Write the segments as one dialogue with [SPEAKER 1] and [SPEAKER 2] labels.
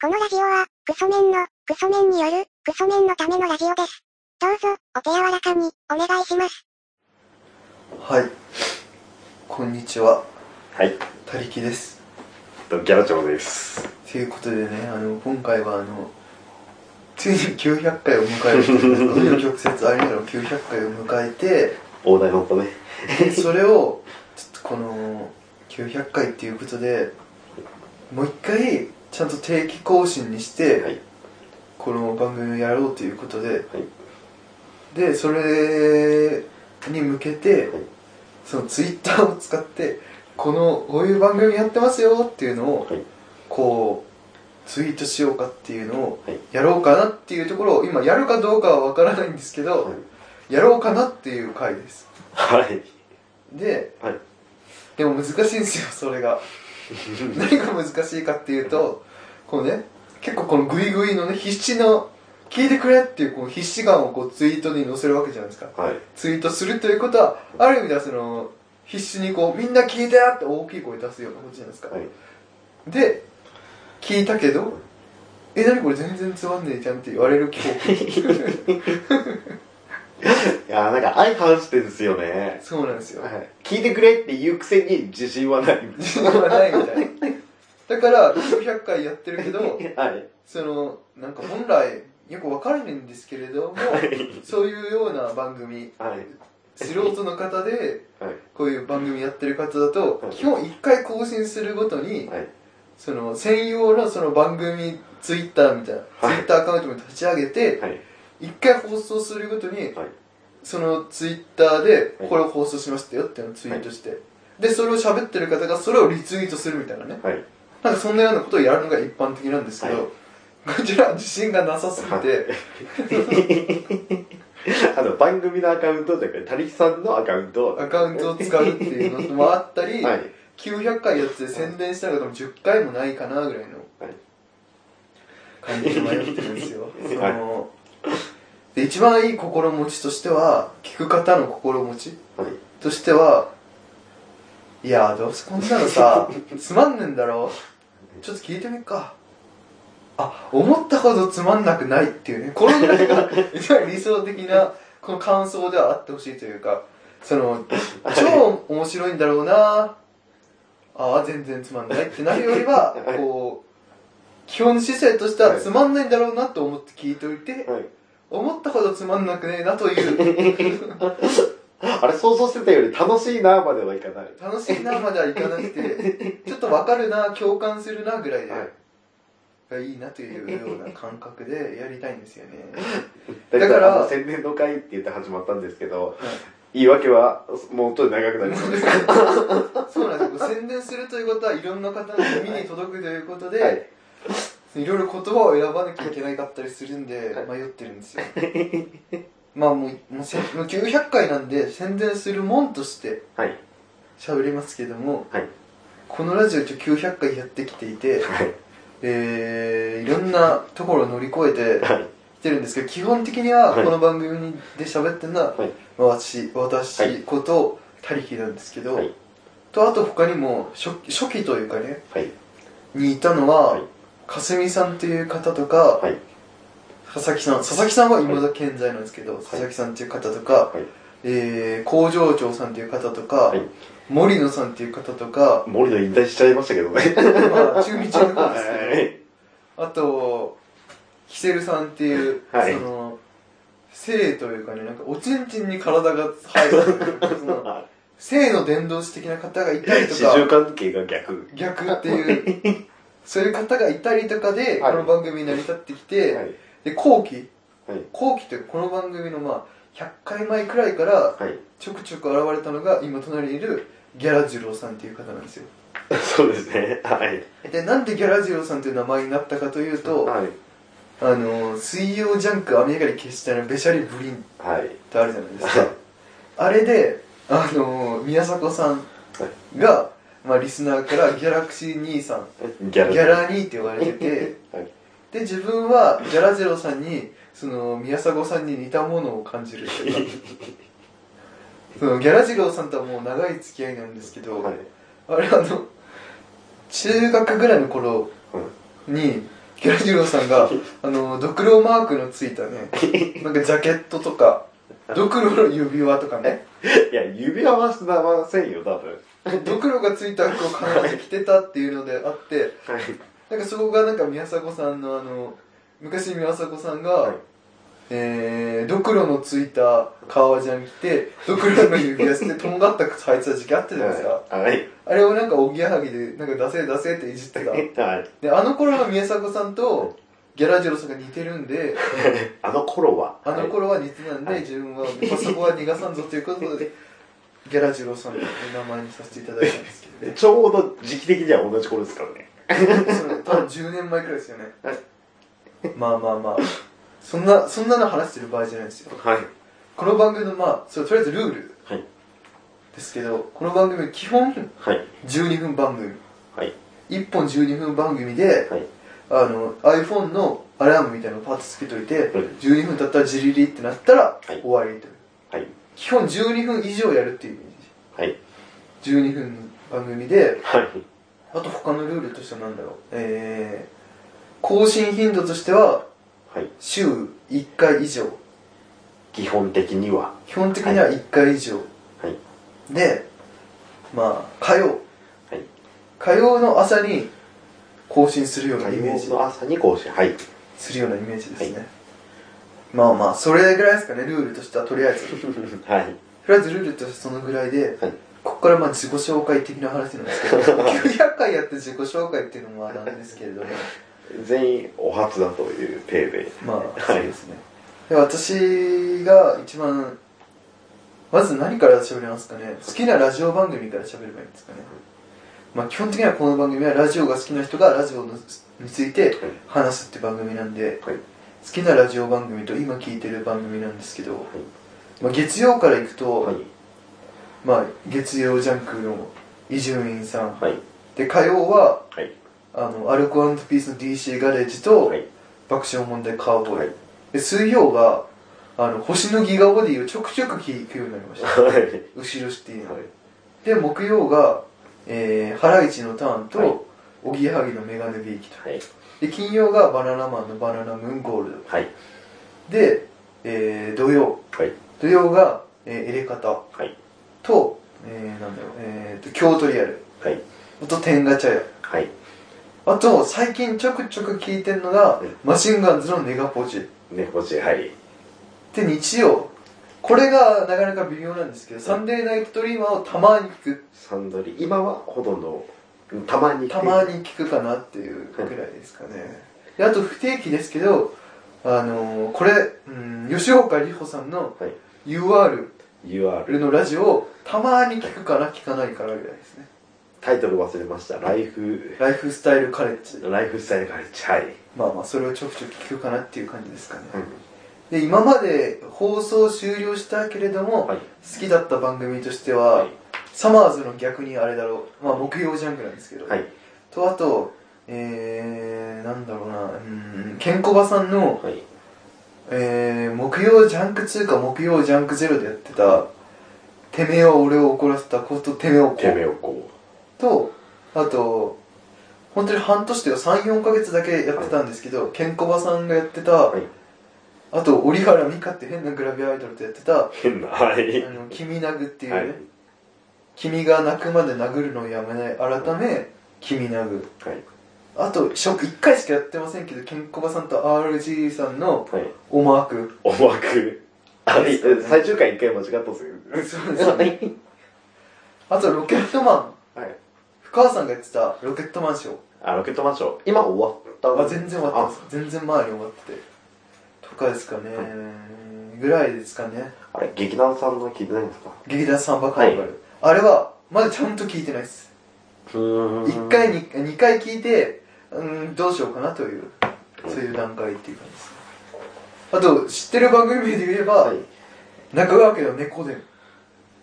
[SPEAKER 1] このラジオは、クソメンの、クソメンによる、クソメンのためのラジオです。どうぞ、お手柔らかに、お願いします。
[SPEAKER 2] はい。こんにちは。
[SPEAKER 3] はい、
[SPEAKER 2] たりきです。
[SPEAKER 3] とギャラ長です。
[SPEAKER 2] ということでね、あの、今回はあの、ついに900回を迎えるという、どういう曲折ありながら900回を迎えて、
[SPEAKER 3] 大台の子ね。
[SPEAKER 2] でそれを、ちょっとこの、900回っていうことで、もう一回、ちゃんと定期更新にして、
[SPEAKER 3] はい、
[SPEAKER 2] この番組をやろうということで、
[SPEAKER 3] はい、
[SPEAKER 2] で、それに向けて、
[SPEAKER 3] はい
[SPEAKER 2] そのツイッターを使って、この、こういう番組やってますよっていうのを、
[SPEAKER 3] はい、
[SPEAKER 2] こうツイートしようかっていうのを
[SPEAKER 3] はい
[SPEAKER 2] やろうかなっていうところを今やるかどうかはわからないんですけど、やろうかなっていう回です
[SPEAKER 3] はい、
[SPEAKER 2] で
[SPEAKER 3] はい、
[SPEAKER 2] でも難しいんですよそれが何が難しいかっていうとこうね結構このグイグイのね必死の聞いてくれっていうこう必死感をこうツイートに載せるわけじゃないですか
[SPEAKER 3] はい、
[SPEAKER 2] ツイートするということはある意味ではその必死にこうみんな聞いたよって大きい声出すようなことじゃないですか、
[SPEAKER 3] はい、
[SPEAKER 2] で聞いたけど「え何これ全然つまんねえじゃん」って言われる気候
[SPEAKER 3] いやーなんか相反してんですよね。
[SPEAKER 2] そうなんですよ
[SPEAKER 3] はい、聞いてくれって言うくせに自信はない。
[SPEAKER 2] 自信はないみたいなだから900回やってるけど
[SPEAKER 3] はい、
[SPEAKER 2] そのなんか本来よくわからないんですけれどもそういうような番 組
[SPEAKER 3] はい、
[SPEAKER 2] 素人の方で
[SPEAKER 3] はい、
[SPEAKER 2] こういう番組やってる方だと
[SPEAKER 3] はい
[SPEAKER 2] 基本1回更新するごとに
[SPEAKER 3] はい、
[SPEAKER 2] その専用のその番組ツイッターみたいなツイ
[SPEAKER 3] はい
[SPEAKER 2] ッターアカウントも立ち上げて
[SPEAKER 3] はい、
[SPEAKER 2] 1回放送するごとに
[SPEAKER 3] はい、
[SPEAKER 2] そのツイッターで
[SPEAKER 3] はい
[SPEAKER 2] これを放送しましたよっていうのをツイートして、でそれを喋ってる方がそれをリツイートするみたいなね
[SPEAKER 3] はい、
[SPEAKER 2] なんかそんなようなことをやるのが一般的なんですけど、
[SPEAKER 3] は
[SPEAKER 2] こちら自信がなさすぎて、
[SPEAKER 3] あの、番組のアカウントじゃなくて、たりきさんのアカウント。
[SPEAKER 2] アカウントを使うっていう のもあったり、
[SPEAKER 3] はい、
[SPEAKER 2] 900回やって宣伝したら多分10回もないかなぐらいの
[SPEAKER 3] はい、
[SPEAKER 2] 感じで迷ってるんですよ
[SPEAKER 3] はい
[SPEAKER 2] そので一番いい心持ちとしては聞く方の心持ち
[SPEAKER 3] はい、
[SPEAKER 2] としてはいやーどうせこんなのさつまんねえんだろちょっと聞いてみっかあ思ったほどつまんなくないっていうねこれぐらいが一番理想的なこの感想ではあってほしいというかその超面白いんだろうなあー全然つまんないってなるよりは
[SPEAKER 3] はい
[SPEAKER 2] こう基本姿勢としては
[SPEAKER 3] はい
[SPEAKER 2] つまんないんだろうなと思って聞いておいて
[SPEAKER 3] はい。
[SPEAKER 2] 思ったほどつまんなくねえなという
[SPEAKER 3] あれ、想像してたより楽しいなーまではいかない。
[SPEAKER 2] 楽しいなまではいかなく てちょっとわかるな共感するなぐらいで、
[SPEAKER 3] はい
[SPEAKER 2] がいいなというような感覚でやりたいんですよね
[SPEAKER 3] だか
[SPEAKER 2] だから
[SPEAKER 3] ら、あの宣伝の会って言って始まったんですけど、言い訳は、もうちょっと長くなりそうです。
[SPEAKER 2] そうなんですよ宣伝するということはいろんな方の耳に届くということで、
[SPEAKER 3] はいい、
[SPEAKER 2] ろいろ言葉を選ばなきゃいけないかったりするんで
[SPEAKER 3] はい
[SPEAKER 2] 迷ってるんですよまあもうもうせもう900回なんで宣伝するもんとして
[SPEAKER 3] はい、
[SPEAKER 2] 喋りますけども
[SPEAKER 3] はい、
[SPEAKER 2] このラジオ一応900回やってきていて
[SPEAKER 3] はい、
[SPEAKER 2] えー、いろんなところを乗り越えて
[SPEAKER 3] はい、
[SPEAKER 2] 来てるんですけど基本的には
[SPEAKER 3] はい
[SPEAKER 2] この番組で喋ってるのは、
[SPEAKER 3] はい
[SPEAKER 2] まあ私私、
[SPEAKER 3] はい
[SPEAKER 2] こと他力なんですけど、
[SPEAKER 3] はい
[SPEAKER 2] とあと他にも初期初期というかね
[SPEAKER 3] はい、
[SPEAKER 2] にいたのは、
[SPEAKER 3] はい
[SPEAKER 2] かすみさんという方とか、
[SPEAKER 3] はい、
[SPEAKER 2] 佐々木さん佐々木さんは今だ健在なんですけど、佐々木さんという方とか、
[SPEAKER 3] はい
[SPEAKER 2] えー工場長さんという方とか、
[SPEAKER 3] はい
[SPEAKER 2] 森野さんという方とか
[SPEAKER 3] 森の引退しちゃいましたけどね。
[SPEAKER 2] まあ 中日の方ですけど、
[SPEAKER 3] はい、
[SPEAKER 2] あとキセルさんっていう、
[SPEAKER 3] はい
[SPEAKER 2] その性というかねなんかおちんちんに体が入るというか その性の伝道師的な方がいたりと
[SPEAKER 3] 市場
[SPEAKER 2] か
[SPEAKER 3] 関係が逆。
[SPEAKER 2] 逆っていう そういう方がいたりとかで、
[SPEAKER 3] はい
[SPEAKER 2] この番組に成り立ってきて、
[SPEAKER 3] はい、
[SPEAKER 2] で後期
[SPEAKER 3] はい、
[SPEAKER 2] 後期というかこの番組のまあ100回前くらいから
[SPEAKER 3] はい。
[SPEAKER 2] ちょくちょく現れたのが今隣にいるギャラジローさんっていう方なんですよ
[SPEAKER 3] そうですね。はい。
[SPEAKER 2] でなんでギャラジローさんという名前になったかというと、
[SPEAKER 3] はい。
[SPEAKER 2] あのー水曜ジャンク雨上がり決したのべしゃりブリンっ
[SPEAKER 3] はい。
[SPEAKER 2] てあるじゃないですかあれであのー宮迫さんが、まあ、リスナーからギャラクシー兄さん
[SPEAKER 3] ギャラ。
[SPEAKER 2] ギャラ兄って呼ばれて て
[SPEAKER 3] はい。
[SPEAKER 2] で自分はギャラゼロさんにその宮迫さんに似たものを感じると いうかそのギャラジローさんとはもう長い付き合いなんですけど、
[SPEAKER 3] はい。
[SPEAKER 2] あれあの中学ぐらいの頃にケラジロさんが、あの、ドクロマークのついた ね、なんかジャケットとか、ドクロの指輪とかね、
[SPEAKER 3] いや、指輪はしませんよ、多分。
[SPEAKER 2] ドクロがついた服を必ず着てたっていうのであって、
[SPEAKER 3] はい。
[SPEAKER 2] なんかそこがなんか宮迫さんのあの、昔宮迫さんが、
[SPEAKER 3] はい
[SPEAKER 2] えー、ドクロのついた革ジャン着て、ドクロの指輪して、とんがった靴履いてた時期あったじゃないですか。
[SPEAKER 3] はい。
[SPEAKER 2] あれをなんかおぎやはぎで、なんか出せ出せっていじっ てた。
[SPEAKER 3] はい。
[SPEAKER 2] で、あの頃の宮迫さんと、ギャラジロさんが似てるん で、
[SPEAKER 3] あの頃は。
[SPEAKER 2] あの頃は似てたんで、
[SPEAKER 3] はい
[SPEAKER 2] 自分は、まあ、そこは逃がさんぞということ で、ギャラジロさんの名前にさせていただいたんですけど ね。
[SPEAKER 3] ちょうど時期的には同じ頃ですからね。
[SPEAKER 2] その多分10年前くらいですよね
[SPEAKER 3] はい。
[SPEAKER 2] まあまあまあ。そんな、そんなの話してる場合じゃないですよ。
[SPEAKER 3] はい。
[SPEAKER 2] この番組の、まあ、そう、とりあえずルール
[SPEAKER 3] はい。
[SPEAKER 2] ですけど、この番組基本
[SPEAKER 3] はい。
[SPEAKER 2] 12分番組。
[SPEAKER 3] はい。
[SPEAKER 2] 1本12分番組で、
[SPEAKER 3] はい。
[SPEAKER 2] あの iPhone のアラームみたいなのをパッとつけといて、
[SPEAKER 3] はい
[SPEAKER 2] 12分経ったらジリリってなったら、
[SPEAKER 3] はい
[SPEAKER 2] 終わりという
[SPEAKER 3] はい。
[SPEAKER 2] 基本12分以上やるっていうイメ
[SPEAKER 3] はい。
[SPEAKER 2] ージ12分の番組で
[SPEAKER 3] はい。
[SPEAKER 2] あと他のルールとしては何だろうえー、更新頻度としては
[SPEAKER 3] はい。
[SPEAKER 2] 週1回以上
[SPEAKER 3] 基本的には。
[SPEAKER 2] 基本的には1回以上、
[SPEAKER 3] はい。
[SPEAKER 2] でまあ火曜
[SPEAKER 3] はい。
[SPEAKER 2] 火曜の朝に更新するようなイメージ
[SPEAKER 3] の朝に更新。はい。
[SPEAKER 2] するようなイメージですね、まあまあそれぐらいですかねルールとしてはとりあえず
[SPEAKER 3] はい。
[SPEAKER 2] とりあえずルールとしてそのぐらいで、
[SPEAKER 3] はい
[SPEAKER 2] ここからまあ自己紹介的な話なんですけど 900回やって自己紹介っていうのもなんですけれども
[SPEAKER 3] 全員お初だという体で。
[SPEAKER 2] まあ
[SPEAKER 3] はい
[SPEAKER 2] そうですね、で私が一番まず何から喋りますかね好きなラジオ番組から喋ればいいんですかね、まあ、基本的にはこの番組はラジオが好きな人がラジオのについて話すって番組なんで
[SPEAKER 3] はい。
[SPEAKER 2] 好きなラジオ番組と今聞いてる番組なんですけど、
[SPEAKER 3] はい。
[SPEAKER 2] まあ、月曜から行くと、
[SPEAKER 3] はい。
[SPEAKER 2] まあ、月曜ジャンクの伊集院さん、
[SPEAKER 3] はい。
[SPEAKER 2] で火曜は
[SPEAKER 3] はい。
[SPEAKER 2] あのアルコピースの DC ガレージと、
[SPEAKER 3] はい。
[SPEAKER 2] 爆笑問題カーボーイ、
[SPEAKER 3] はい
[SPEAKER 2] で水曜があの星のギガボディをちょくちょく聞くようになりました
[SPEAKER 3] はい。
[SPEAKER 2] 後ろシティの、
[SPEAKER 3] はい
[SPEAKER 2] で木曜が、えー、ハライチのターンと、
[SPEAKER 3] はい
[SPEAKER 2] おぎやはぎのメガネビーキと
[SPEAKER 3] はい。
[SPEAKER 2] で金曜がバナナマンのバナナムーンゴールド
[SPEAKER 3] はい。
[SPEAKER 2] で、えー、土曜
[SPEAKER 3] はい。
[SPEAKER 2] 土曜が、えー、エレカタ
[SPEAKER 3] はい。
[SPEAKER 2] と、えー、なんだろう、えー、と京都リアル
[SPEAKER 3] はい。
[SPEAKER 2] あと天ガチャや
[SPEAKER 3] はい。
[SPEAKER 2] あと最近ちょくちょく聞いてるのが、
[SPEAKER 3] うん
[SPEAKER 2] マシンガンズのネガポジ
[SPEAKER 3] ね、こっち、はい。
[SPEAKER 2] で日曜これがなかなか微妙なんですけど「サンデーナイトドリーマー」をたまに聞く
[SPEAKER 3] サンドリ、今はほとんど、たまに。
[SPEAKER 2] たま。に聞くかなっていうぐらいですかねであと不定期ですけどあのー、これ、うん、吉岡里帆さんの
[SPEAKER 3] はい。
[SPEAKER 2] UR
[SPEAKER 3] UR。
[SPEAKER 2] のラジオをたまに聞くかな聞かないかなぐらいですね
[SPEAKER 3] タイトル忘れました。ライフ、
[SPEAKER 2] ライフスタイルカレッジ
[SPEAKER 3] ライフスタイルカレッジ。はい。
[SPEAKER 2] まあまあそれをちょくちょく聞くかなっていう感じですかね、で今まで放送終了したけれども、
[SPEAKER 3] はい
[SPEAKER 2] 好きだった番組としては、
[SPEAKER 3] はい
[SPEAKER 2] サマーズの逆にあれだろう、まあ、木曜ジャンクなんですけど、
[SPEAKER 3] はい。
[SPEAKER 2] とあとえー、なんだろうなうーんケンコバさんの、
[SPEAKER 3] はい。
[SPEAKER 2] えー、木曜ジャンク2か木曜ジャンク0でやってた「てめえは俺を怒らせたことてめえをこう
[SPEAKER 3] てめえをこ
[SPEAKER 2] とあと本当に半年というか34ヶ月だけやってたんですけど、ケンコバさんがやってた、
[SPEAKER 3] う。はい。
[SPEAKER 2] あと折原美香って変なグラビアアイドルとやってた
[SPEAKER 3] 変な。はい。
[SPEAKER 2] あの君殴っていうね、
[SPEAKER 3] はい。
[SPEAKER 2] 君が泣くまで殴るのをやめない改め君殴
[SPEAKER 3] はい。
[SPEAKER 2] あとしょ一回しかやってませんけどケンコバさんと RG さんの
[SPEAKER 3] はい。
[SPEAKER 2] おまーく
[SPEAKER 3] おまく。あれ、
[SPEAKER 2] ですよね
[SPEAKER 3] 最終回一回間違ったんですよ。
[SPEAKER 2] そうですねあとロケットマン
[SPEAKER 3] はい。
[SPEAKER 2] 深川さんがやってたロケットマンショー
[SPEAKER 3] あ、ロケットマンション。今終わった
[SPEAKER 2] あ全然終わってます全然前に終わっててとかですかね、ぐらいですかね
[SPEAKER 3] ああれ、劇団さんの聞いてないんですか
[SPEAKER 2] 劇団サンバカーニバル、あれはまだちゃんと聞いてないです
[SPEAKER 3] うーん
[SPEAKER 2] 1回に2回聞いてうんどうしようかなというそういう段階っていう感じですねあと知ってる番組名で言えば、
[SPEAKER 3] はい。
[SPEAKER 2] 中川家の猫伝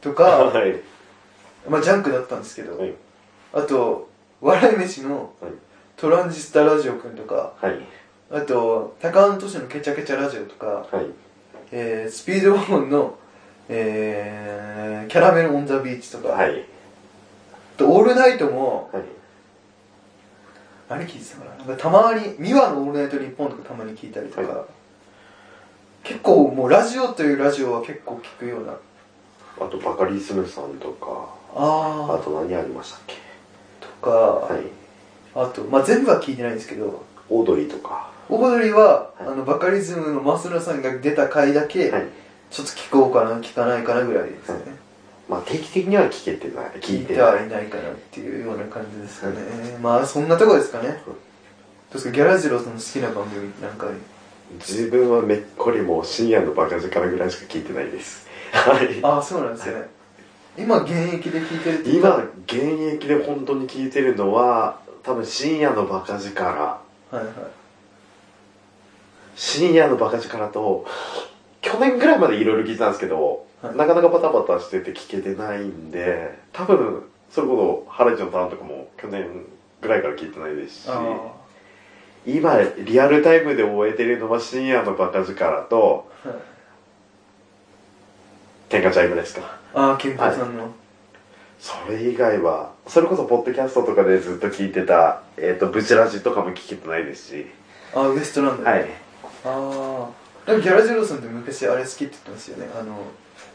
[SPEAKER 2] とか
[SPEAKER 3] はい。
[SPEAKER 2] まあジャンクだったんですけど、
[SPEAKER 3] はい。
[SPEAKER 2] あと笑い飯のトランジスタラジオくんとか
[SPEAKER 3] はい。
[SPEAKER 2] あと高尾都市のケチャケチャラジオとか、
[SPEAKER 3] はい。
[SPEAKER 2] えー、スピードワゴンの、えー、キャラメルオンザビーチとか、
[SPEAKER 3] はい。
[SPEAKER 2] あとオールナイトも
[SPEAKER 3] はい。
[SPEAKER 2] 何聞いてたかななんかたまに「ミワのオールナイトニッポン」とかたまに聞いたりとか、
[SPEAKER 3] は
[SPEAKER 2] 結構もうラジオというラジオは結構聞くような
[SPEAKER 3] あとバカリズムさんとかあ
[SPEAKER 2] ああ
[SPEAKER 3] と何ありましたっけ
[SPEAKER 2] とか、
[SPEAKER 3] はい
[SPEAKER 2] あと、まあ、全部は聞いてないんですけど
[SPEAKER 3] オードリーとか
[SPEAKER 2] オードリーは、
[SPEAKER 3] は
[SPEAKER 2] あ
[SPEAKER 3] い
[SPEAKER 2] のバカリズムの増田さんが出た回だけ、
[SPEAKER 3] はい
[SPEAKER 2] ちょっと聞こうかな聞かないかなぐらいですね、
[SPEAKER 3] はまあ定期的には聞けてない聞
[SPEAKER 2] 聞
[SPEAKER 3] い
[SPEAKER 2] い
[SPEAKER 3] て
[SPEAKER 2] て
[SPEAKER 3] な
[SPEAKER 2] はいいないかなっていうような感じですかね、まあそんなとこですかね
[SPEAKER 3] うん
[SPEAKER 2] どうですかギャラジローさんの好きな番組なんかあり
[SPEAKER 3] 自分はめっこりもう深夜のバカ力ぐらいしか聞いてないですはい
[SPEAKER 2] ああそうなんですね、今現役で聞いてるって
[SPEAKER 3] 今現役で本当に聞いてるのは多分深夜のバカ力
[SPEAKER 2] はいはい
[SPEAKER 3] 深夜のバカ力と去年ぐらいまでいろいろ聞いてたんですけど、
[SPEAKER 2] はい
[SPEAKER 3] なかなかバタバタしてて聞けてないんで多分それこそハライチのターンとかも去年ぐらいから聞いてないですし
[SPEAKER 2] あ
[SPEAKER 3] 今リアルタイムで終えてるのは深夜のバカ力と
[SPEAKER 2] あ、はい、
[SPEAKER 3] 天下チャイムですか
[SPEAKER 2] ああ健康さんの、
[SPEAKER 3] それ以外はそれこそポッドキャストとかでずっと聞いてたえっ、とブチラジとかも聞けてないですし
[SPEAKER 2] ああウエストランド、
[SPEAKER 3] はい
[SPEAKER 2] ああでもギャラジローさんって昔あれ好きって言ってますよねあの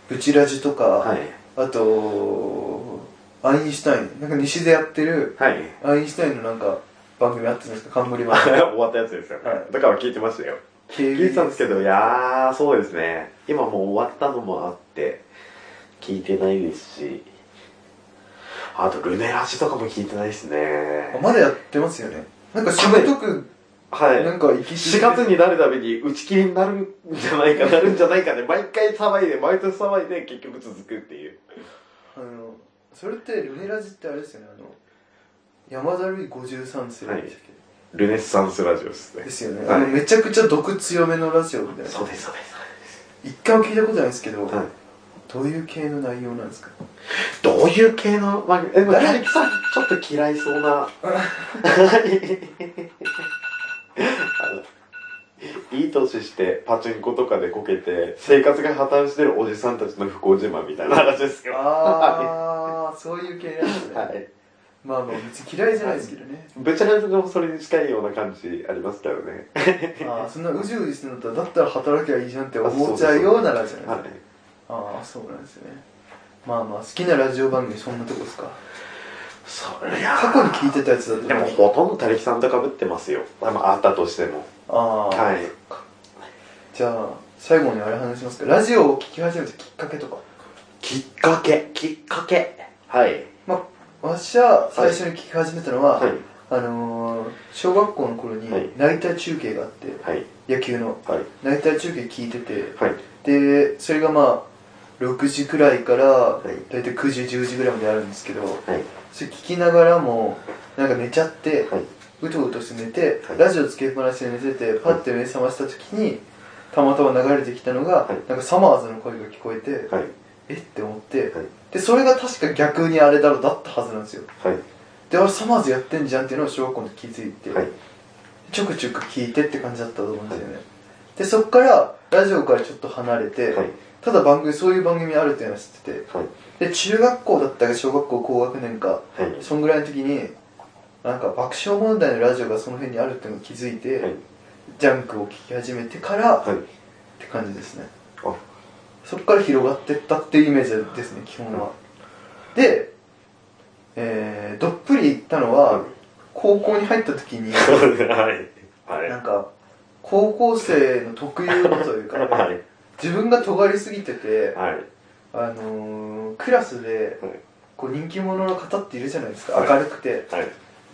[SPEAKER 2] ブチラジとか、
[SPEAKER 3] はい
[SPEAKER 2] あとアインシュタインなんか西でやってる
[SPEAKER 3] はい
[SPEAKER 2] アインシュタインのなんか番組あったじゃないですか冠番
[SPEAKER 3] 終
[SPEAKER 2] 組
[SPEAKER 3] わったやつですよ、
[SPEAKER 2] はい
[SPEAKER 3] だから聞いてましたよ聞いてたんですけどいやーそうですね今もう終わったのもあって聞いてないですしあとルネラジとかも聞いてないです
[SPEAKER 2] あ
[SPEAKER 3] ね
[SPEAKER 2] まだやってますよねなんかしぶとく
[SPEAKER 3] はい
[SPEAKER 2] なんか行き
[SPEAKER 3] 4月になるたびに打ち切りになるんじゃないかなるんじゃないかね毎回騒いで毎年騒いで結局続くっていう
[SPEAKER 2] あのそれってルネラジってあれですよねあの山田るい53世
[SPEAKER 3] はい
[SPEAKER 2] でしたっけ
[SPEAKER 3] ルネッサンスラジオですね
[SPEAKER 2] ですよね、
[SPEAKER 3] はい
[SPEAKER 2] あのめちゃくちゃ毒強めのラジオみたいな
[SPEAKER 3] そうですそうで
[SPEAKER 2] 一回も聞いたことないですけど、
[SPEAKER 3] す、はい、
[SPEAKER 2] どういう系の内容なんです か
[SPEAKER 3] どういう系の番組えでも
[SPEAKER 2] 誰
[SPEAKER 3] 大力さんちょっと嫌いそう なあのいい年してパチンコとかでこけて生活が破綻してるおじさんたちの不幸自慢みたいな話ですよは
[SPEAKER 2] ああそういう系なんです
[SPEAKER 3] い
[SPEAKER 2] ね、
[SPEAKER 3] はい
[SPEAKER 2] まあまあ別に嫌いじゃないですけどね、
[SPEAKER 3] ぶっちゃけもそれに近いような感じありますけどね
[SPEAKER 2] ああそんなうじうじするんだったらだったら働きゃいいじゃんって思っちゃうようなラジオなん
[SPEAKER 3] は
[SPEAKER 2] ですね
[SPEAKER 3] い
[SPEAKER 2] ああそうなんですねまあまあ好きなラジオ番組そんなとこですか
[SPEAKER 3] そりゃ
[SPEAKER 2] 過去に聞いてたやつだと
[SPEAKER 3] でもほとんど他力さんと被ってますよあまああったとしても
[SPEAKER 2] ああ、
[SPEAKER 3] はい
[SPEAKER 2] じゃあ最後にあれ話しますかラジオを聞き始めたきっかけとか
[SPEAKER 3] きっかけきっかけはい
[SPEAKER 2] 私は最初に聞き始めたのは、
[SPEAKER 3] はい
[SPEAKER 2] あのー、小学校の頃に
[SPEAKER 3] はい
[SPEAKER 2] ナイター中継があって、
[SPEAKER 3] はい
[SPEAKER 2] 野球の
[SPEAKER 3] はい
[SPEAKER 2] ナイター中継聞いてて
[SPEAKER 3] はい
[SPEAKER 2] でそれがまあ6時くらいから
[SPEAKER 3] い
[SPEAKER 2] 大体9時10時ぐらいまであるんですけど
[SPEAKER 3] はい
[SPEAKER 2] それ聞きながらもなんか寝ちゃって、
[SPEAKER 3] はいう
[SPEAKER 2] とうとして寝て、
[SPEAKER 3] はい
[SPEAKER 2] ラジオつけっぱなしで寝ててパッて目覚ました時にたまたま流れてきたのが、
[SPEAKER 3] はい
[SPEAKER 2] なんかサマーズの声が聞こえて、
[SPEAKER 3] はい
[SPEAKER 2] えって思って、
[SPEAKER 3] はい
[SPEAKER 2] でそれが確か逆にあれだろうだったはずなんですよ
[SPEAKER 3] はい
[SPEAKER 2] で俺サマーズやってんじゃんっていうのを小学校の時気づいて、
[SPEAKER 3] はい
[SPEAKER 2] ちょくちょく聞いてって感じだったと思うんですよね、でそっからラジオからちょっと離れて、
[SPEAKER 3] はい
[SPEAKER 2] ただ番組そういう番組あるっていうのは知って
[SPEAKER 3] はい
[SPEAKER 2] てで中学校だったか小学校高学年か
[SPEAKER 3] はい
[SPEAKER 2] そんぐらいの時になんか爆笑問題のラジオがその辺にあるっていうのを気づいて、
[SPEAKER 3] はい
[SPEAKER 2] ジャンクを聞き始めてから、っ
[SPEAKER 3] はい
[SPEAKER 2] て感じですね
[SPEAKER 3] あ
[SPEAKER 2] そっから広がってったっていうイメージですね基本は、で、えー、どっぷり行ったのは、
[SPEAKER 3] はい
[SPEAKER 2] 高校に入った時に
[SPEAKER 3] はいはい
[SPEAKER 2] なんか高校生の特有のという
[SPEAKER 3] は
[SPEAKER 2] か
[SPEAKER 3] い
[SPEAKER 2] 自分が尖りすぎてて、
[SPEAKER 3] はい
[SPEAKER 2] あのー、クラスで
[SPEAKER 3] はい
[SPEAKER 2] こう人気者の方っているじゃないですか
[SPEAKER 3] はい
[SPEAKER 2] 明るくて、
[SPEAKER 3] はい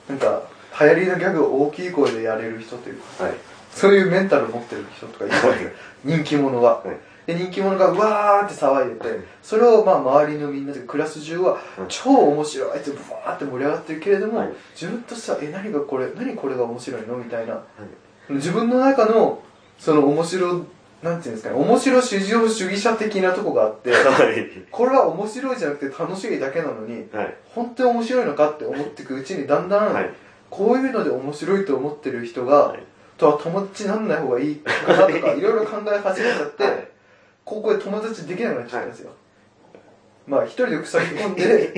[SPEAKER 2] なんか流行りのギャグを大きい声でやれる人というか
[SPEAKER 3] はい
[SPEAKER 2] そういうメンタルを持ってる人とかいる人気者が、
[SPEAKER 3] はい
[SPEAKER 2] で人気者がわーって騒いで
[SPEAKER 3] はい
[SPEAKER 2] てそれをまあ周りのみんなでクラス中は超面白いってブワーって盛り上がってるけれども、
[SPEAKER 3] はい
[SPEAKER 2] 自分としてはえ何がこれ何これが面白いのみたいな、
[SPEAKER 3] い
[SPEAKER 2] 自分の中のその面白なんていうんですかね面白至上主義者的なとこがあって
[SPEAKER 3] はい
[SPEAKER 2] これは面白いじゃなくて楽しいだけなのに
[SPEAKER 3] はい
[SPEAKER 2] 本当に面白いのかって思っていくうちにだんだん、
[SPEAKER 3] はい
[SPEAKER 2] こういうので面白いと思ってる人が、
[SPEAKER 3] はい
[SPEAKER 2] とは友達になんない方がいいか なとかいろいろ考え始めちゃって、
[SPEAKER 3] はい
[SPEAKER 2] 高校で友達できなくなっちゃったんですよ、まあ一人で腐り込んで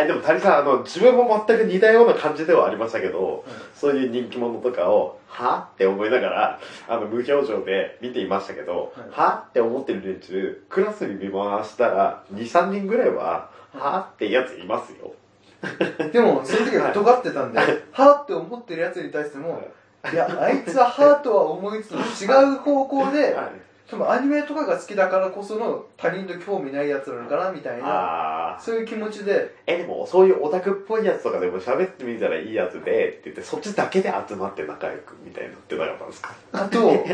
[SPEAKER 3] えでも谷さんあの自分も全く似たような感じではありましたけど、
[SPEAKER 2] うん
[SPEAKER 3] そういう人気者とかをはって思いながらあの無表情で見ていましたけど、
[SPEAKER 2] はい
[SPEAKER 3] はって思ってる連中クラスに見回したら23人ぐらいははってやついますよ
[SPEAKER 2] でもその時は尖ってたんではーって思ってるやつに対してもいやあいつははーとは思いつつ違う方向で
[SPEAKER 3] はい
[SPEAKER 2] 多分アニメとかが好きだからこその他人と興味ないやつなのかなみたいな
[SPEAKER 3] ああ
[SPEAKER 2] そういう気持ちで
[SPEAKER 3] えでもそういうオタクっぽいやつとかでも喋ってみたらいいやつでって言ってそっちだけで集まって仲良くみたいになってなかったんですか
[SPEAKER 2] あ と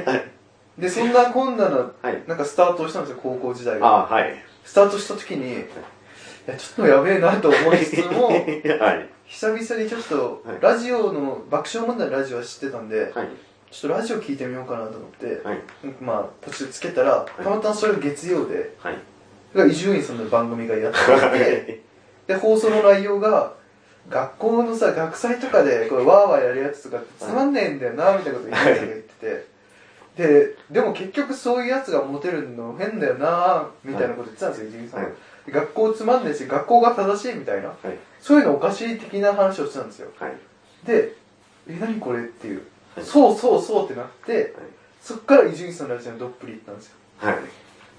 [SPEAKER 2] でそんなこんなの
[SPEAKER 3] はい
[SPEAKER 2] なんかスタートをしたんですよ高校時代
[SPEAKER 3] あ
[SPEAKER 2] が
[SPEAKER 3] あはい
[SPEAKER 2] スタートした時にいやちょっとやべえなと思いつつも
[SPEAKER 3] はい
[SPEAKER 2] 久々にちょっと
[SPEAKER 3] はい
[SPEAKER 2] ラジオの爆笑問題のラジオは知ってたんで
[SPEAKER 3] はい
[SPEAKER 2] ちょっとラジオ聞いてみようかなと思って
[SPEAKER 3] はい
[SPEAKER 2] まあ途中つけたらたまたまそれが月曜で
[SPEAKER 3] はい
[SPEAKER 2] が伊集院さんの番組がやっててで放送の内容が学校のさ学祭とかでこれワーワーやるやつとかってつまんねえんだよなみたいなこと伊集院さんが言ってて。ででも結局そういうやつがモテるの変だよなみたいなこと言ってたんですよ、伊集院さんが
[SPEAKER 3] はい
[SPEAKER 2] で学校つまんねえし学校が正しいみたいな
[SPEAKER 3] はい
[SPEAKER 2] そういうのおかしい的な話をしてたんですよ
[SPEAKER 3] はい
[SPEAKER 2] で「え何これ?」っていう、
[SPEAKER 3] はい
[SPEAKER 2] そうそうそうってなって、そっから伊集院さんのラジオにどっぷり行ったんですよ
[SPEAKER 3] はい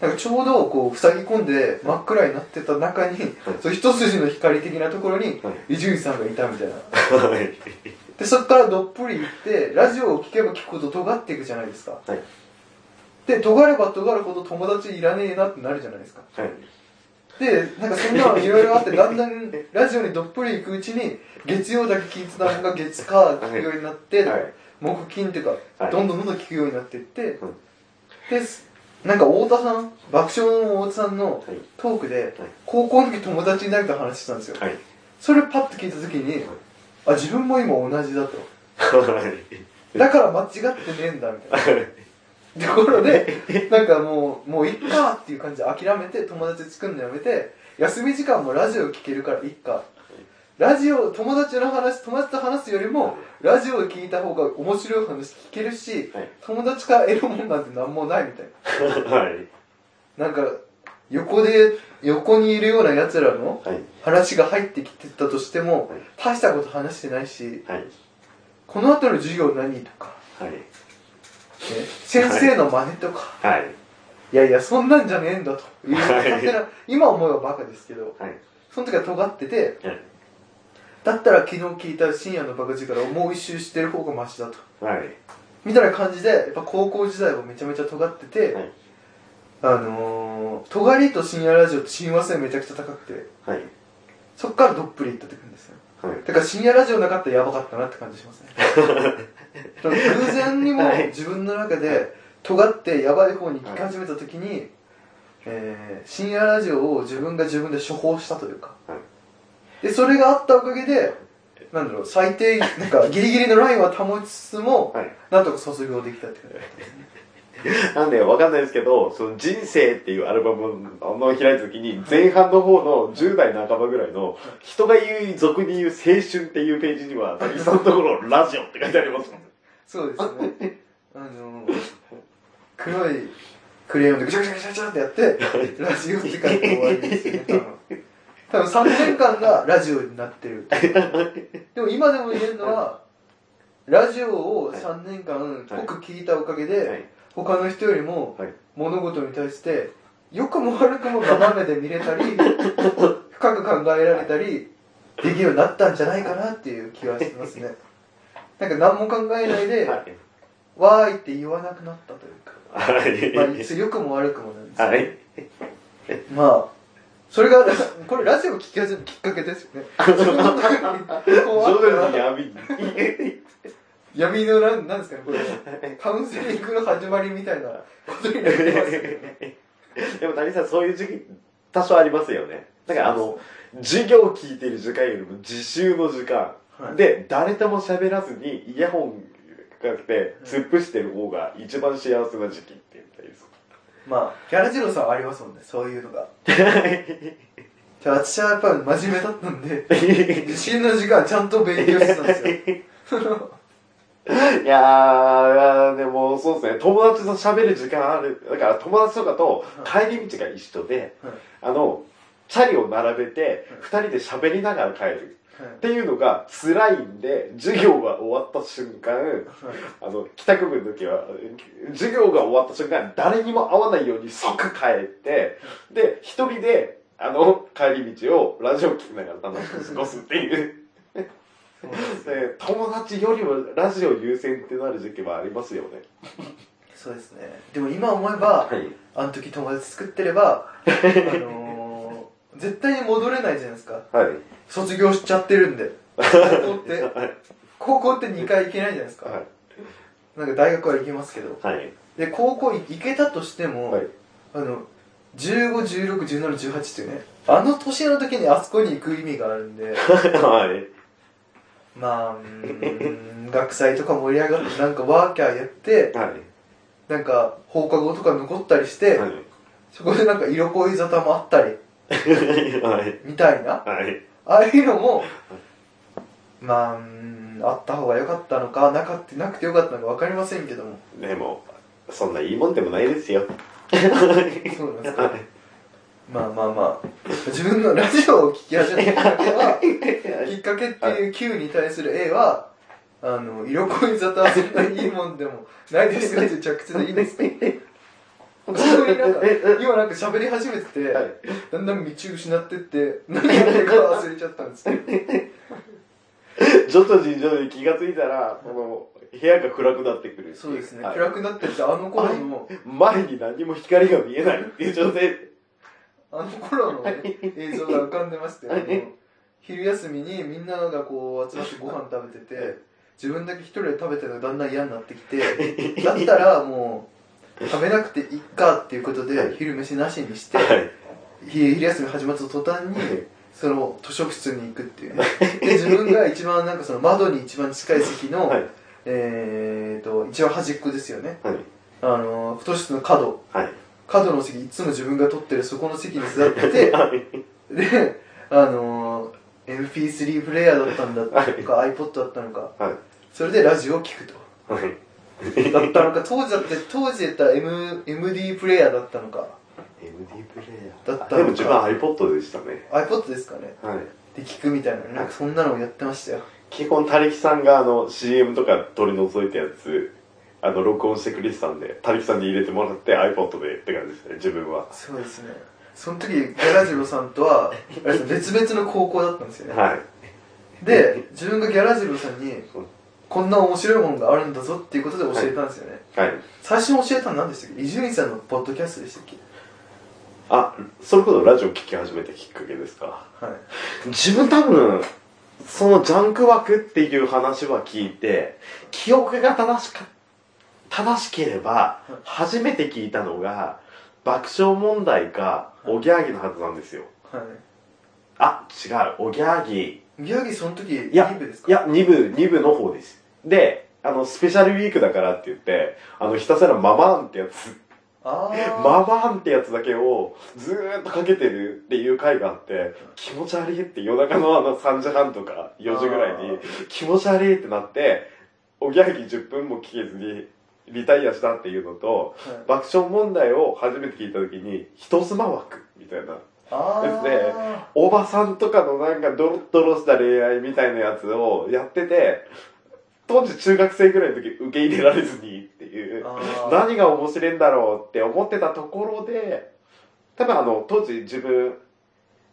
[SPEAKER 2] なんかちょうどこう塞ぎ込んで真っ暗になってた中に、そう一筋の光的なところに
[SPEAKER 3] は
[SPEAKER 2] 伊集院さんがいたみたいな
[SPEAKER 3] はい
[SPEAKER 2] でそっからどっぷり行ってラジオを聴けば聴くほど尖っていくじゃないですか
[SPEAKER 3] はい
[SPEAKER 2] で尖れば尖るほど友達いらねえなってなるじゃないですか
[SPEAKER 3] はい
[SPEAKER 2] でなんかそんなのいろい ろあってだんだんラジオにどっぷり行くうちに月曜だけ聞いてたのが月火聞くようになって、
[SPEAKER 3] はい
[SPEAKER 2] 木金っていうか、
[SPEAKER 3] はい
[SPEAKER 2] どんどんどんどん聞くようになっていって、
[SPEAKER 3] うん
[SPEAKER 2] ですなんか太田さん爆笑の太田さんの
[SPEAKER 3] はい
[SPEAKER 2] トークで、高校の時友達になると話してたんですよ、
[SPEAKER 3] はい
[SPEAKER 2] それパッと聞いた時に、
[SPEAKER 3] い
[SPEAKER 2] あ自分も今同じだと
[SPEAKER 3] は
[SPEAKER 2] だから間違ってねえんだみたいなところでなんかもうもういっかっていう感じで諦めて友達作るのやめて休み時間もラジオ聞けるからいっかラジオ友達の話友達と話すよりもラジオを聞いた方が面白い話聞けるし、
[SPEAKER 3] はい
[SPEAKER 2] 友達から得るもんなんてなんもないみたい
[SPEAKER 3] い
[SPEAKER 2] ななんか横で横にいるような奴らの
[SPEAKER 3] はい
[SPEAKER 2] 話が入ってきてたとしても、
[SPEAKER 3] はい
[SPEAKER 2] 大したこと話してないし
[SPEAKER 3] はい
[SPEAKER 2] この後の授業何とか、
[SPEAKER 3] はい
[SPEAKER 2] ね先生の真似とか、
[SPEAKER 3] はい
[SPEAKER 2] い、やいやそんなんじゃねえんだという
[SPEAKER 3] はい
[SPEAKER 2] 勝手な今思えばバカですけど
[SPEAKER 3] はい
[SPEAKER 2] その時は尖ってて
[SPEAKER 3] はい
[SPEAKER 2] だったら昨日聞いた深夜のバカ力をもう一周してる方がマシだと
[SPEAKER 3] はい
[SPEAKER 2] みたいな感じでやっぱ高校時代はめちゃめちゃ尖ってて、
[SPEAKER 3] はい
[SPEAKER 2] あのー、尖りと深夜ラジオと親和性めちゃくちゃ高くて
[SPEAKER 3] はい
[SPEAKER 2] そっからどっぷりいったって感じですよ
[SPEAKER 3] はい
[SPEAKER 2] だから深夜ラジオなかったらやばかったなって感じします ねでも偶然にも
[SPEAKER 3] はい
[SPEAKER 2] 自分の中で尖ってやばい方に行き始めた時に、えー深夜ラジオを自分が自分で処方したというか、
[SPEAKER 3] は
[SPEAKER 2] でそれがあったおかげでなんだろう最低なんかギリギリのラインは保ちつつも
[SPEAKER 3] はい
[SPEAKER 2] なんとか卒業できたって感じ
[SPEAKER 3] なんでわかんないですけど、その人生っていうアルバムの開いた時に、前半の方の10代半ばぐらいの、人が言う、俗に言う青春っていうページには、滝さんのところ、ラジオって書いてありますもん。
[SPEAKER 2] そうです ねあの黒いクレヨンでぐちゃぐちゃぐちゃぐちゃってやってラジオって書いて終わりですよね多分多分3年間がラジオになってるでも今でも言えるのはラジオを3年間濃く聞いたおかげで、
[SPEAKER 3] はい
[SPEAKER 2] 他の人よりも
[SPEAKER 3] はい
[SPEAKER 2] 物事に対して良くも悪くも斜めで見れた り深く考えられたりできるようになったんじゃないかなっていう気はします ねなんか何も考えないで「
[SPEAKER 3] はい。
[SPEAKER 2] わーい」って言わなくなったというかまあ
[SPEAKER 3] はい。
[SPEAKER 2] 一応良くも悪くもなんですけど
[SPEAKER 3] はい。
[SPEAKER 2] まあそれがこれラジオを聞き始めるきっかけですよね自分の中にこ
[SPEAKER 3] 徐
[SPEAKER 2] うあっ
[SPEAKER 3] 々に
[SPEAKER 2] た
[SPEAKER 3] 闇に。
[SPEAKER 2] 闇のなんなんですかねこ れカウンセリングの始まりみたいなことになってますけど ね
[SPEAKER 3] でも、谷さん、そういう時期、多少ありますよね。だから、あの、授業を聞いてる時間よりも、自習の時間。
[SPEAKER 2] はい
[SPEAKER 3] で、誰とも喋らずに、イヤホンかけて、突っ伏してる方が一番幸せな時期って言ったらいいです
[SPEAKER 2] まあ、ギャラジローさんはありますもんね、そういうのが。
[SPEAKER 3] か。
[SPEAKER 2] じゃあ、 私はやっぱり真 面目だったんで、自信の時間ちゃんと勉強してたんですよ。
[SPEAKER 3] いやー、でもそうですね、友達と喋る時間ある。だから友達とかと帰り道が一緒で、
[SPEAKER 2] はい
[SPEAKER 3] あの、チャリを並べて
[SPEAKER 2] はい、
[SPEAKER 3] 二人で喋りながら帰る。っていうのが辛いんで、授業が終わった瞬間、あの、帰宅部の時は、授業が終わった瞬間、誰にも会わないように即帰って、で、一人で、あの、帰り道をラジオ聞きながら楽しく過ごすって いう。で友達よりもラジオ優先ってなる時期はありますよね。
[SPEAKER 2] そうですねでも今思えば
[SPEAKER 3] い。
[SPEAKER 2] あの時友達作ってればあのー、絶対に戻れないじゃないですか
[SPEAKER 3] はい。
[SPEAKER 2] 卒業しちゃってるんで高校って
[SPEAKER 3] はい。
[SPEAKER 2] 高校って2回行けないじゃないですか、
[SPEAKER 3] はい。
[SPEAKER 2] なんか大学は行けますけど
[SPEAKER 3] はい。
[SPEAKER 2] で高校行けたとしても、
[SPEAKER 3] はい
[SPEAKER 2] あの15161718っていうねあの年の時にあそこに行く意味があるん で
[SPEAKER 3] はい。
[SPEAKER 2] まあうーん学祭とか盛り上がってなんかワーキャーやって
[SPEAKER 3] はい。
[SPEAKER 2] なんか放課後とか残ったりして、
[SPEAKER 3] はい。
[SPEAKER 2] そこでなんか色恋沙汰もあったり
[SPEAKER 3] はい。
[SPEAKER 2] みたいな
[SPEAKER 3] はい。
[SPEAKER 2] ああいうのもまあうーんあった方が良かったのかなかってなくて良かったのか分かりませんけども
[SPEAKER 3] でも、そんないいもんでもないですよ。
[SPEAKER 2] そうなんですかまあまあまあ自分のラジオを聞き始めただけはきっかけっていう Q に対する A は、あの、色恋沙汰はそんなにいいもんでもないですよっていう着地でいいん ですけど、急になんか、今なんか喋り始めてて、
[SPEAKER 3] はい
[SPEAKER 2] だんだん道失ってって、何やってるか忘れちゃったんですけど、
[SPEAKER 3] 徐々に徐々に気がついたら、この、部屋が暗くなってくる。
[SPEAKER 2] そうですね、
[SPEAKER 3] はい
[SPEAKER 2] 暗くなってって、あの頃の、
[SPEAKER 3] 前に何も光が見えないっていう状態で。
[SPEAKER 2] あの頃のね、映像が浮かんでまして、あの昼休みにみんながこう集まってご飯食べてて、自分だけ一人で食べてるのがだんだん嫌になってきて、 だったらもう、食べなくていっかっていうこと
[SPEAKER 3] はい
[SPEAKER 2] で、昼飯なしにして、
[SPEAKER 3] はい。
[SPEAKER 2] 昼昼休み始まった途端に、その図書室に行くっていう ね。で、自分が一番なんかその窓に一番近い席の、
[SPEAKER 3] はい。
[SPEAKER 2] えーと、一番端っこですよね。
[SPEAKER 3] はい。
[SPEAKER 2] あの、図書室の角。
[SPEAKER 3] はい。
[SPEAKER 2] 角の席、いつも自分が取ってるそこの席に座ってて、
[SPEAKER 3] はい。
[SPEAKER 2] で、あのー、MP3 プレイヤーだったんだとか、
[SPEAKER 3] はい
[SPEAKER 2] iPod だったのか、
[SPEAKER 3] はい。
[SPEAKER 2] それでラジオを聞くと。
[SPEAKER 3] はい。
[SPEAKER 2] だったのか、当時だって、当時だったら M MD プレイヤーだったのか、
[SPEAKER 3] MD プレイヤー。
[SPEAKER 2] だったのか
[SPEAKER 3] でも自分は iPod でしたね。
[SPEAKER 2] iPod ですかね。
[SPEAKER 3] はい。
[SPEAKER 2] で、聞くみたいなね、なんかそんなのをやってましたよ。
[SPEAKER 3] 基本、たりきさんがあの、CM とか取り除いたやつ、あの、録音してくれてたんで、たりきさんに入れてもらって iPod でって感じですね、自分は。
[SPEAKER 2] そうですね。その時、ガラジロさんとは、あれですね別々の高校だったんですよね。
[SPEAKER 3] はい。
[SPEAKER 2] で、自分がギャラジロさんに、こんな面白いものがあるんだぞっていうことで教えたんですよね。
[SPEAKER 3] はい。
[SPEAKER 2] 最初に教えたの何でしたっけ伊集院さんのポッドキャストでしたっけ
[SPEAKER 3] あ、それこそラジオ聞き始めたきっかけですか。
[SPEAKER 2] はい。
[SPEAKER 3] 自分多分、そのジャンク枠っていう話は聞いて、記憶が正しか、正しければ、初めて聞いたのが、爆笑問題か、おぎゃーぎのはずなんですよ。
[SPEAKER 2] はい。
[SPEAKER 3] あ、違う、おぎゃーぎ。
[SPEAKER 2] 宮城その時
[SPEAKER 3] いや
[SPEAKER 2] 2部ですか
[SPEAKER 3] いや、2部、2部の方です。で、あの、スペシャルウィークだからって言って、あの、ひたすらママーンってやつ、
[SPEAKER 2] あー、
[SPEAKER 3] ママーンってやつだけをずーっとかけてるっていう回があって、気持ち悪いって夜中のあの3時半とか4時ぐらいに
[SPEAKER 2] あ、
[SPEAKER 3] 気持ち悪いってなって、おぎゃぎ10分も聞けずに、リタイアしたっていうのと、
[SPEAKER 2] はい
[SPEAKER 3] 爆笑問題を初めて聞いた時に、人妻枠みたいな。
[SPEAKER 2] あー
[SPEAKER 3] ですおばさんとかのなんかドロッドロした恋愛みたいなやつをやってて、当時中学生ぐらいの時受け入れられずにっていう、
[SPEAKER 2] あー
[SPEAKER 3] 何が面白いんだろうって思ってたところで、多分あの、当時自分、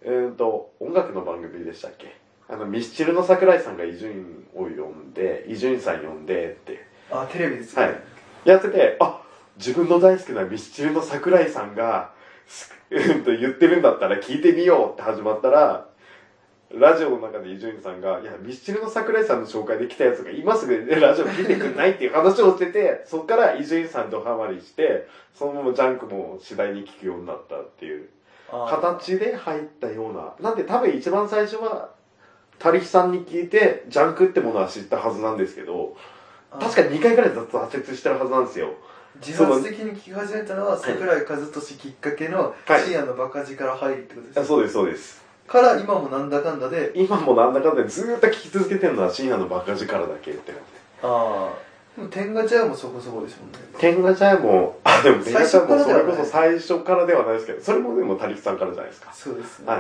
[SPEAKER 3] うーんと、音楽の番組でしたっけあの、ミスチルの桜井さんが伊集院を呼んで、伊集院さん呼んでって、
[SPEAKER 2] あテレビですよ
[SPEAKER 3] は
[SPEAKER 2] ね
[SPEAKER 3] い。やってて、あ、自分の大好きなミスチルの桜井さんが、すうんと言ってるんだったら聞いてみようって始まったら、ラジオの中で伊集院さんが、いや、ミスチルの桜井さんの紹介で来たやつが今すぐ、ね、ラジオ聞いてくんないっていう話をしてて、そっから伊集院さんとハマりして、そのままジャンクも次第に聞くようになったっていう
[SPEAKER 2] あー
[SPEAKER 3] 形で入ったような。なんで多分一番最初は、たりひさんに聞いて、ジャンクってものは知ったはずなんですけど、
[SPEAKER 2] あー
[SPEAKER 3] 確か2回くらいずっと挫折してるはずなんですよ。
[SPEAKER 2] 自発的に聞き始めたのは桜井和寿きっかけの
[SPEAKER 3] はい
[SPEAKER 2] 深夜のバカ字から入るってことです、
[SPEAKER 3] あそうです、そうです。
[SPEAKER 2] から今もなんだかんだで
[SPEAKER 3] 今もなんだかんだずーっと聞き続けてるのは深夜のバカ力だけって感じ。
[SPEAKER 2] ああ。でも、天ガチャもそこそこですもんね。
[SPEAKER 3] 天ガチャも、あ、でも天ガチャ
[SPEAKER 2] 最
[SPEAKER 3] も
[SPEAKER 2] 初から
[SPEAKER 3] そ
[SPEAKER 2] では
[SPEAKER 3] れ
[SPEAKER 2] ない
[SPEAKER 3] こそ最初からではないですけど、それもでも、たりきさんからじゃないですか。
[SPEAKER 2] そうですね。
[SPEAKER 3] は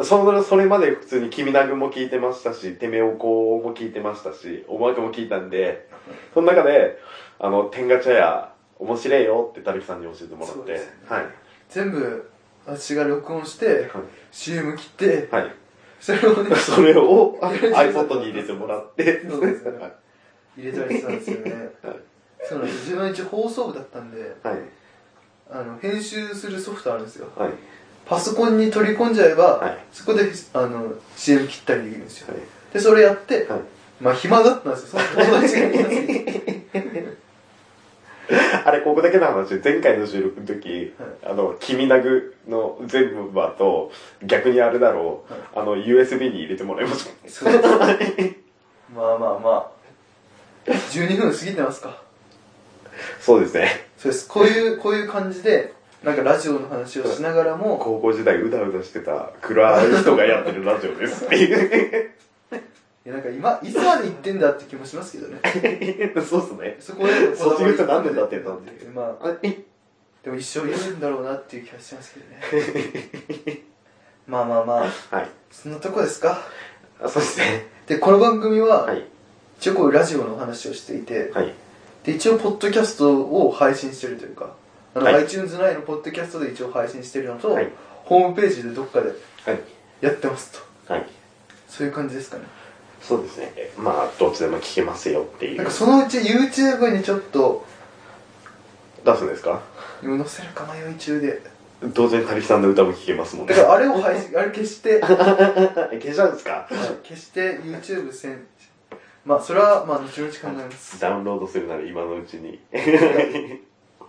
[SPEAKER 3] い。そのそれまで普通に「君なぐ」も聞いてましたし「てめおこ」も聞いてましたし「おまく」も聞いたんでその中で「あの天ガチャや面白いよ」ってたるきさんに教えてもらっ
[SPEAKER 2] そう
[SPEAKER 3] て、
[SPEAKER 2] ですね
[SPEAKER 3] はい
[SPEAKER 2] 全部、私が録音して、CM 切って、
[SPEAKER 3] はい
[SPEAKER 2] それをね、
[SPEAKER 3] それを iPod に入れてもらって
[SPEAKER 2] そうですね入れたりしたんですよね。そうなんです。自分は一応放送部だったんで、
[SPEAKER 3] はい
[SPEAKER 2] あの、編集するソフトあるんですよ。
[SPEAKER 3] はい
[SPEAKER 2] パソコンに取り込んじゃえば、
[SPEAKER 3] はい
[SPEAKER 2] そこで、あの、CM 切ったりできるんですよ。
[SPEAKER 3] は
[SPEAKER 2] で、それやって、
[SPEAKER 3] い、はい
[SPEAKER 2] まあ暇だったんですよ。その友達がいたんですけど
[SPEAKER 3] あれ、ここだけの話、前回の収録の時、あの、君なぐの全部はと、逆にあれだろう、あの、USB に入れてもらいましょう。
[SPEAKER 2] そうです まあまあまあ。12分過ぎてますか。
[SPEAKER 3] そうですね。
[SPEAKER 2] そうです。こういう、こういう感じで、なんかラジオの話をしながらも、
[SPEAKER 3] 高校時代うだうだしてた暗い人がやってるラジオですっていう。
[SPEAKER 2] いやなんか今、いつまで行ってんだって気もしますけどね。
[SPEAKER 3] そうっすね。
[SPEAKER 2] そこで、
[SPEAKER 3] 卒業して何年経ってんだっていう
[SPEAKER 2] まあ、
[SPEAKER 3] あえ
[SPEAKER 2] でも一生いるんだろうなっていう気がしますけどね。まあまあまあ、
[SPEAKER 3] はい。
[SPEAKER 2] そんなとこですか。
[SPEAKER 3] あそうですね。
[SPEAKER 2] で、この番組は、
[SPEAKER 3] はい。
[SPEAKER 2] 一応こうラジオの話をしていて、
[SPEAKER 3] はい。
[SPEAKER 2] で一応ポッドキャストを配信してるというかあの、
[SPEAKER 3] はい
[SPEAKER 2] iTunes 内のポッドキャストで一応配信してるのと、
[SPEAKER 3] はい
[SPEAKER 2] ホームページでどっかで
[SPEAKER 3] はい。
[SPEAKER 2] やってますと
[SPEAKER 3] はい。
[SPEAKER 2] そういう感じですかね
[SPEAKER 3] そうですね。まあ、どっちでも聞けますよってい
[SPEAKER 2] なん
[SPEAKER 3] う
[SPEAKER 2] か。そのうち YouTube にちょっと
[SPEAKER 3] 出すんですか
[SPEAKER 2] 今載せるか迷い中で
[SPEAKER 3] 当然、たりきさんの歌も聞けますもんね
[SPEAKER 2] だか。らあれを配信あれ消してはい
[SPEAKER 3] 消しちゃうんですか
[SPEAKER 2] 消して YouTube せんまあそれはまあ後々考えます
[SPEAKER 3] ダウンロードするなら今のうち に。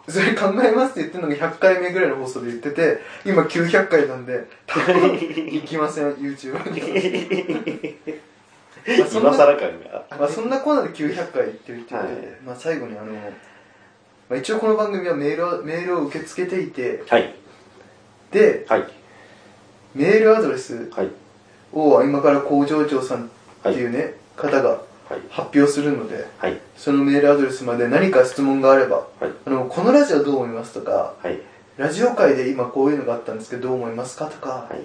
[SPEAKER 2] それ考えますって言ってるのが100回目ぐらいの放送で言ってて今900回なん で多分行きません YouTube にまあそんな
[SPEAKER 3] 今更感が。
[SPEAKER 2] まあそんなコーナーで900回言ってるっていうことで、
[SPEAKER 3] はい
[SPEAKER 2] まあ最後にあの、まあ、一応この番組はメールをメールを受け付けていて
[SPEAKER 3] はい。
[SPEAKER 2] で
[SPEAKER 3] はい。
[SPEAKER 2] メールアドレス
[SPEAKER 3] はい。
[SPEAKER 2] を今から工場長さんっていうね、方が
[SPEAKER 3] はい。
[SPEAKER 2] 発表するので
[SPEAKER 3] はい。
[SPEAKER 2] そのメールアドレスまで何か質問があれば
[SPEAKER 3] はい。
[SPEAKER 2] あのこのラジオどう思いますとか
[SPEAKER 3] はい。
[SPEAKER 2] ラジオ界で今こういうのがあったんですけどどう思いますかとか、
[SPEAKER 3] はい。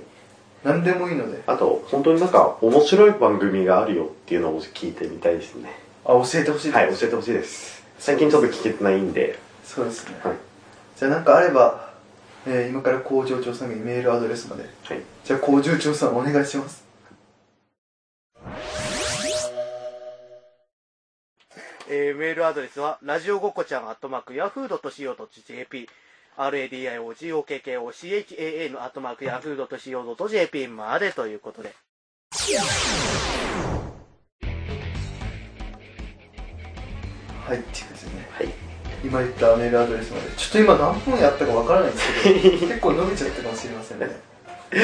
[SPEAKER 2] 何でもいいので
[SPEAKER 3] あと、本当になんか面白い番組があるよっていうのを聞いてみたいですね。
[SPEAKER 2] あ教えてほしいです、
[SPEAKER 3] はい。教えてほしいです。最近ちょっと聞けてないんで。
[SPEAKER 2] そうですね、
[SPEAKER 3] はい。
[SPEAKER 2] じゃあ何かあれば、えー今から工場長さんにメールアドレスまで
[SPEAKER 3] はい。
[SPEAKER 2] じゃあ工場長さんお願いします
[SPEAKER 4] えーメールアドレスは、ラジオごっこちゃん、アットマーク、ヤフー .co.jp、radiogokkocha のアットマーク、ヤフー .co.jp までということで。
[SPEAKER 2] はいっていう感じでね、
[SPEAKER 3] はい
[SPEAKER 2] 今言ったメールアドレスまでちょっと今何分やったかわからないんですけど 結構伸びちゃったかもしれませんね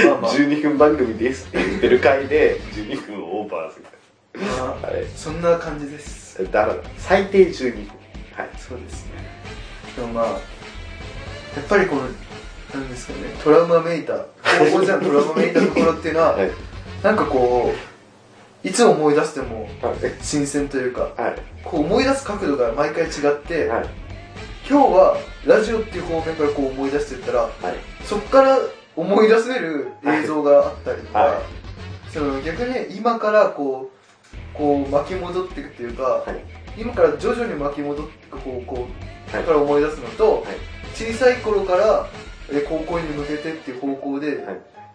[SPEAKER 2] まあまあ、
[SPEAKER 3] 12分番組ですって言ってる回で、12分オーバーする。
[SPEAKER 2] まあ
[SPEAKER 3] はい。
[SPEAKER 2] そんな感じです
[SPEAKER 3] だから、最低12分。はい。
[SPEAKER 2] そうですねでもまあやっぱりこのなんですかねトラウマめいた高校時代のトラウマめいたところっていうのは、
[SPEAKER 3] はい。
[SPEAKER 2] なんかこういつ思い出しても
[SPEAKER 3] はい。
[SPEAKER 2] 新鮮というか
[SPEAKER 3] はい。
[SPEAKER 2] こう思い出す角度が毎回違って、
[SPEAKER 3] はい。
[SPEAKER 2] 今日はラジオっていう方面からこう思い出していったら
[SPEAKER 3] はい。
[SPEAKER 2] そっから思い出せる映像があったりとか、
[SPEAKER 3] はい
[SPEAKER 2] その逆に今からこうこう巻き戻っていくっていうか、
[SPEAKER 3] はい
[SPEAKER 2] 今から徐々に巻き戻っていくこうこう
[SPEAKER 3] はい
[SPEAKER 2] から思い出すのと、
[SPEAKER 3] はい
[SPEAKER 2] 小さい頃からえー高校に向けてっていう方向で、
[SPEAKER 3] はい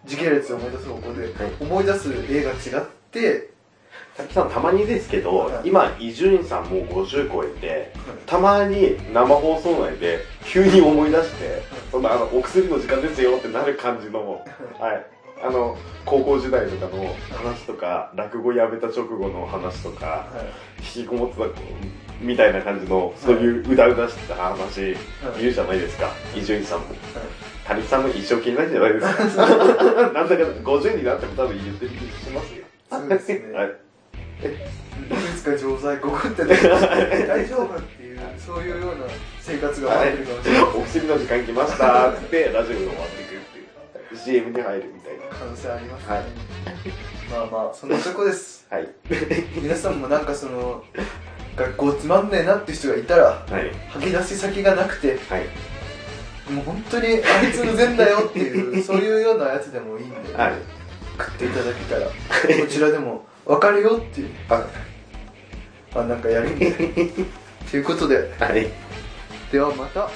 [SPEAKER 2] 時系列を思い出す方向で、
[SPEAKER 3] はい
[SPEAKER 2] 思い出す映画違って、
[SPEAKER 3] さきさんたまにですけど、
[SPEAKER 2] はい
[SPEAKER 3] 今伊集院さんもう50超えてたまに生放送内で急に思い出して「そんなあのお薬の時間ですよ」ってなる感じの、はい、あの高校時代とかの話とか落語やめた直後の話とか
[SPEAKER 2] はい
[SPEAKER 3] 引きこもってた子みたいな感じのそういううだうだしてた話
[SPEAKER 2] はい
[SPEAKER 3] 言うじゃないですか伊集院さんも。
[SPEAKER 2] はい
[SPEAKER 3] 谷さんの一生気になるんじゃないです かなんだか50になっても多分言ってる気しますよ。
[SPEAKER 2] そうですね
[SPEAKER 3] はい
[SPEAKER 2] いつか常在ここってね大丈夫っていうそういうような生活が待ってるかもしれない
[SPEAKER 3] お薬の時間来ましたっつってラジオが終わっていくっていう CM に入るみたいな
[SPEAKER 2] 可能性ありますね、
[SPEAKER 3] はい
[SPEAKER 2] まあまあそんなとこです
[SPEAKER 3] はい
[SPEAKER 2] 皆さんもなんかその学校つまんねえなって人がいたら
[SPEAKER 3] はい
[SPEAKER 2] 吐き出し先がなくて
[SPEAKER 3] はい
[SPEAKER 2] もう本当にあいつの善だよっていうそういうようなやつでもいいんで
[SPEAKER 3] はい
[SPEAKER 2] 食っていただけたらこちらでも分かるよっていう
[SPEAKER 3] あ
[SPEAKER 2] あなんかやるんでということで
[SPEAKER 3] はい
[SPEAKER 2] ではまた。